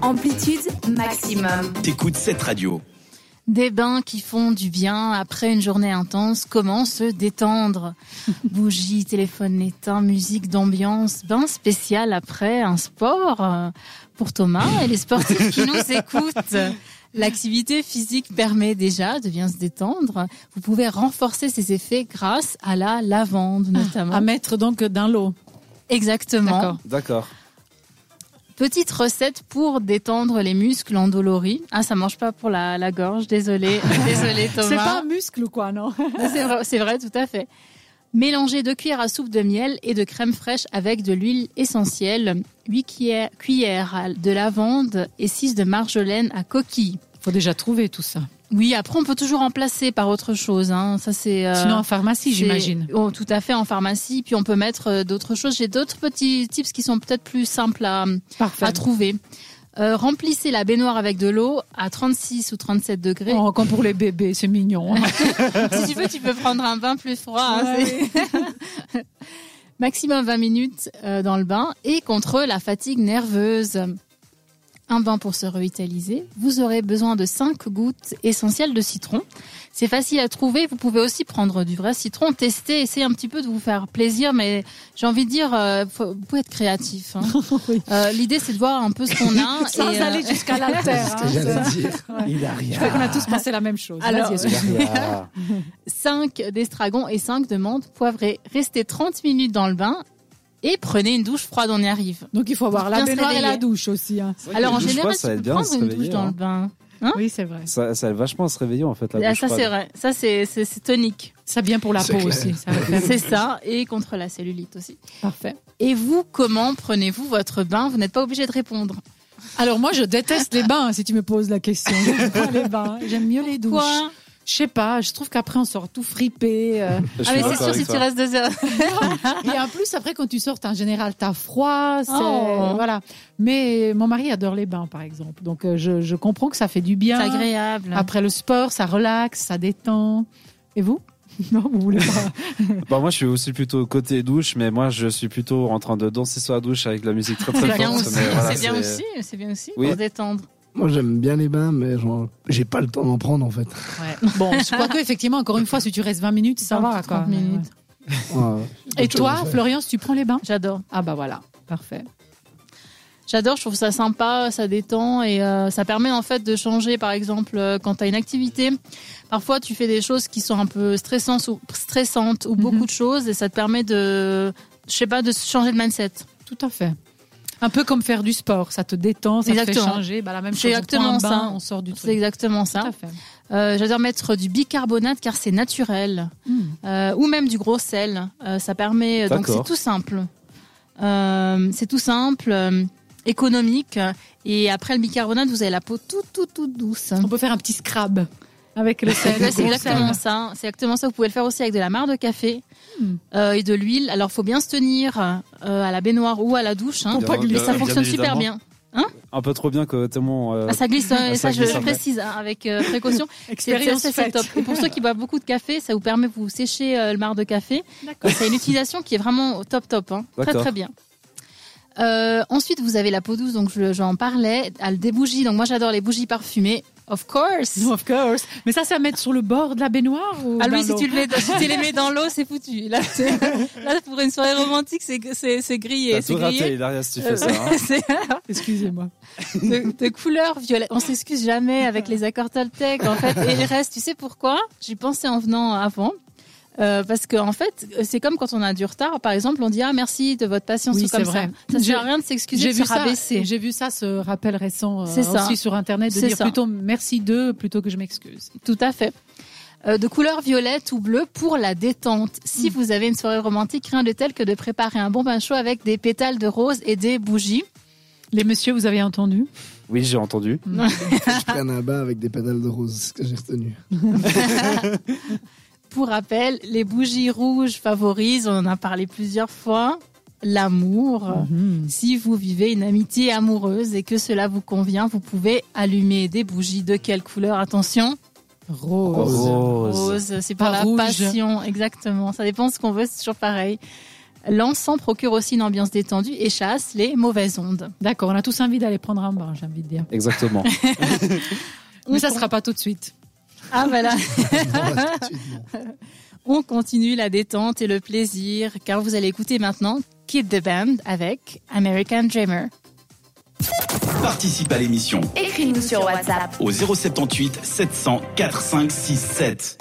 Amplitude maximum. T'écoutes cette radio. Des bains qui font du bien après une journée intense, comment se détendre Bougies, téléphone éteint, musique d'ambiance, bain spécial après un sport euh, pour Thomas et les sportifs qui nous écoutent. L'activité physique permet déjà de bien se détendre. Vous pouvez renforcer ses effets grâce à la lavande Ah, notamment. À mettre donc dans l'eau. Exactement. D'accord. D'accord. Petite recette pour détendre les muscles endoloris. Ah, ça marche pas pour la, la gorge, désolé. désolé Thomas. C'est pas un muscle, quoi, non C'est vrai, c'est vrai, tout à fait. Mélanger deux cuillères à soupe de miel et de crème fraîche avec de l'huile essentielle, 8 cuillères, cuillères à- de lavande et 6 de marjolaine à coquille. Faut déjà trouver tout ça. Oui, après on peut toujours remplacer par autre chose. Hein. Ça c'est. euh, Sinon, en pharmacie, c'est- j'imagine. Oh, tout à fait en pharmacie. Puis on peut mettre euh, d'autres choses. J'ai d'autres petits tips qui sont peut-être plus simples à, Parfait. à trouver. Euh, remplissez la baignoire avec de l'eau à 36 ou 37 degrés. Oh, comme pour les bébés, c'est mignon. hein. Si tu veux, tu peux prendre un bain plus froid. hein, Ouais, c'est- Maximum 20 minutes euh, dans le bain et contre la fatigue nerveuse. Un bain pour se revitaliser. Vous aurez besoin de 5 gouttes essentielles de citron. C'est facile à trouver. Vous pouvez aussi prendre du vrai citron, tester, essayer un petit peu de vous faire plaisir. Mais j'ai envie de dire, euh, faut- vous pouvez être créatif. hein. Oui. Euh, L'idée, c'est de voir un peu ce qu'on a. Sans et, euh, aller jusqu'à la terre. Ah, hein. dire. Il a Je rien. crois qu'on a tous pensé la même chose. Alors- Ah. Vas-y, Il Estelle. a rien. 5 d'estragon et 5 de menthe poivrée. Restez 30 minutes dans le bain et prenez une douche froide, on y arrive. Donc il faut avoir la Bien se baignoire et réveiller. la douche aussi. hein. C'est vrai Alors que en les douches général, froides, ça tu aide peux bien de se prendre une douche réveiller, dans le hein. bain. oui, c'est vrai. Ça, ça aide vachement à se réveiller en fait. La Ah, douche ça c'est froide. vrai, ça c'est c'est- c'est tonique, Ça bien pour la C'est peau clair. aussi. Ça va faire. c'est ça, et contre la cellulite aussi. Parfait. Et vous, comment prenez-vous votre bain Vous n'êtes pas obligé de répondre. Alors moi, je déteste les bains, si tu me poses la question. J'aime pas les bains. J'aime mieux les douches. Quoi Je sais pas, je trouve qu'après on sort tout fripé. euh, Je Ah suis mais c'est d'accord sûr avec si toi. tu restes deux heures. Et en plus, après, quand tu sors, t'as en général, t'as froid. c'est- Oh. Voilà. Mais mon mari adore les bains, par exemple. Donc, euh, je, je comprends que ça fait du C'est bien. agréable. Ah, Après le sport, ça relaxe, ça détend. Et vous Non, vous voulez pas. Bah, moi, je suis aussi plutôt côté douche, mais moi, je suis plutôt en train de danser sur la douche avec de la musique très très C'est forte. bien aussi, mais voilà, c'est bien aussi, c'est bien aussi Oui. pour se détendre. Moi, j'aime bien les bains, mais genre, j'ai pas le temps d'en prendre, en fait. Bon, je crois que, effectivement, encore une fois, si tu restes 20 minutes, ça 20, va. 30 Quoi. minutes. Ouais. Et Autre chose à toi, faire. Florian, si tu prends les bains J'adore. Ah, bah voilà. Parfait. J'adore, je trouve ça sympa, ça détend et euh, ça permet en fait de changer. Par exemple, euh, quand tu as une activité, parfois tu fais des choses qui sont un peu stressantes ou, stressantes, ou Mhm. beaucoup de choses et ça te permet de, je sais pas, de changer de mindset. Tout à fait. Un peu comme faire du sport, ça te détend, ça te Exactement. fait changer. Bah, la même C'est chose. on prend un exactement bain, ça. On sort du C'est truc. exactement Tout ça. à fait. Euh, J'adore mettre du bicarbonate car c'est naturel Hmm. Euh, ou même du gros sel. Euh, ça permet, donc D'accord. c'est tout simple. Euh, c'est tout simple, euh, économique et après le bicarbonate, vous avez la peau toute, toute, toute douce. On peut faire un petit scrab avec le sel. Ouais, c'est exactement ça. C'est exactement ça. Vous pouvez le faire aussi avec de la mare de café Hmm. euh, et de l'huile. Alors, faut bien se tenir euh, à la baignoire ou à la douche. hein. Pour pas mais glisser. ça Bien fonctionne super évidemment. bien. Un peu trop bien que tellement. euh, Ah, ça glisse, ouais, Ah, et ça ça, je glisse, je ouais. précise hein, avec euh, précaution. C'est- c'est- Expérience c'est c'est faite. top. Et pour ceux qui boivent beaucoup de café, ça vous permet de vous sécher euh, le marc de café. D'accord. C'est une utilisation qui est vraiment au top top. hein. Très D'accord. très bien. Euh, ensuite, vous avez la peau douce, donc je- j'en parlais. Ah, Des bougies, donc moi j'adore les bougies parfumées, of course. No, of course. Mais ça, c'est à mettre sur le bord de la baignoire ou Ah dans lui, si l'eau tu, le mets, si tu les mets dans l'eau, c'est foutu. Là, c'est- là, pour une soirée romantique, c'est c'est- c'est grillé. T'as C'est tout raté, grillé. Ilaria, si tu Euh, fais ça. hein. c'est Excusez-moi. de, de couleur violette. On s'excuse jamais avec les accords Toltec, en fait. Et le reste, tu sais pourquoi J'y pensais en venant avant. Euh, parce que en fait, c'est comme quand on a du retard. Par exemple, on dit ah merci de votre patience Oui, ou comme c'est vrai. ça. Ça J'ai- sert à rien de s'excuser, de se rabaisser. J'ai vu ça, ce rappel récent euh, C'est ça. aussi sur Internet, de C'est dire ça. plutôt merci d'eux plutôt que je m'excuse. Tout à fait. Euh, de couleur violette ou bleue pour la détente. Si vous avez une soirée romantique, rien de tel que de préparer un bon bain chaud avec des pétales de rose et des bougies. Les messieurs, vous avez entendu Oui, j'ai entendu. Je prenne un bain avec des pédales de rose, c'est ce que j'ai retenu. Pour rappel, les bougies rouges favorisent, on en a parlé plusieurs fois, l'amour. Si vous vivez une amitié amoureuse et que cela vous convient, vous pouvez allumer des bougies de quelle couleur Attention, Rose. Rose. rose, c'est pas Pas la rouge. passion, exactement. Ça dépend de ce qu'on veut, c'est toujours pareil. L'encens procure aussi une ambiance détendue et chasse les mauvaises ondes. D'accord, on a tous envie d'aller prendre un bain, j'ai envie de dire. Exactement. Mais ça ne sera pas tout de suite. Ah voilà. Non, là, tout de suite, non. On continue la détente et le plaisir car vous allez écouter maintenant Kid the Band avec American Dreamer. Participe à l'émission Écris-nous sur WhatsApp. au 078 700 4567.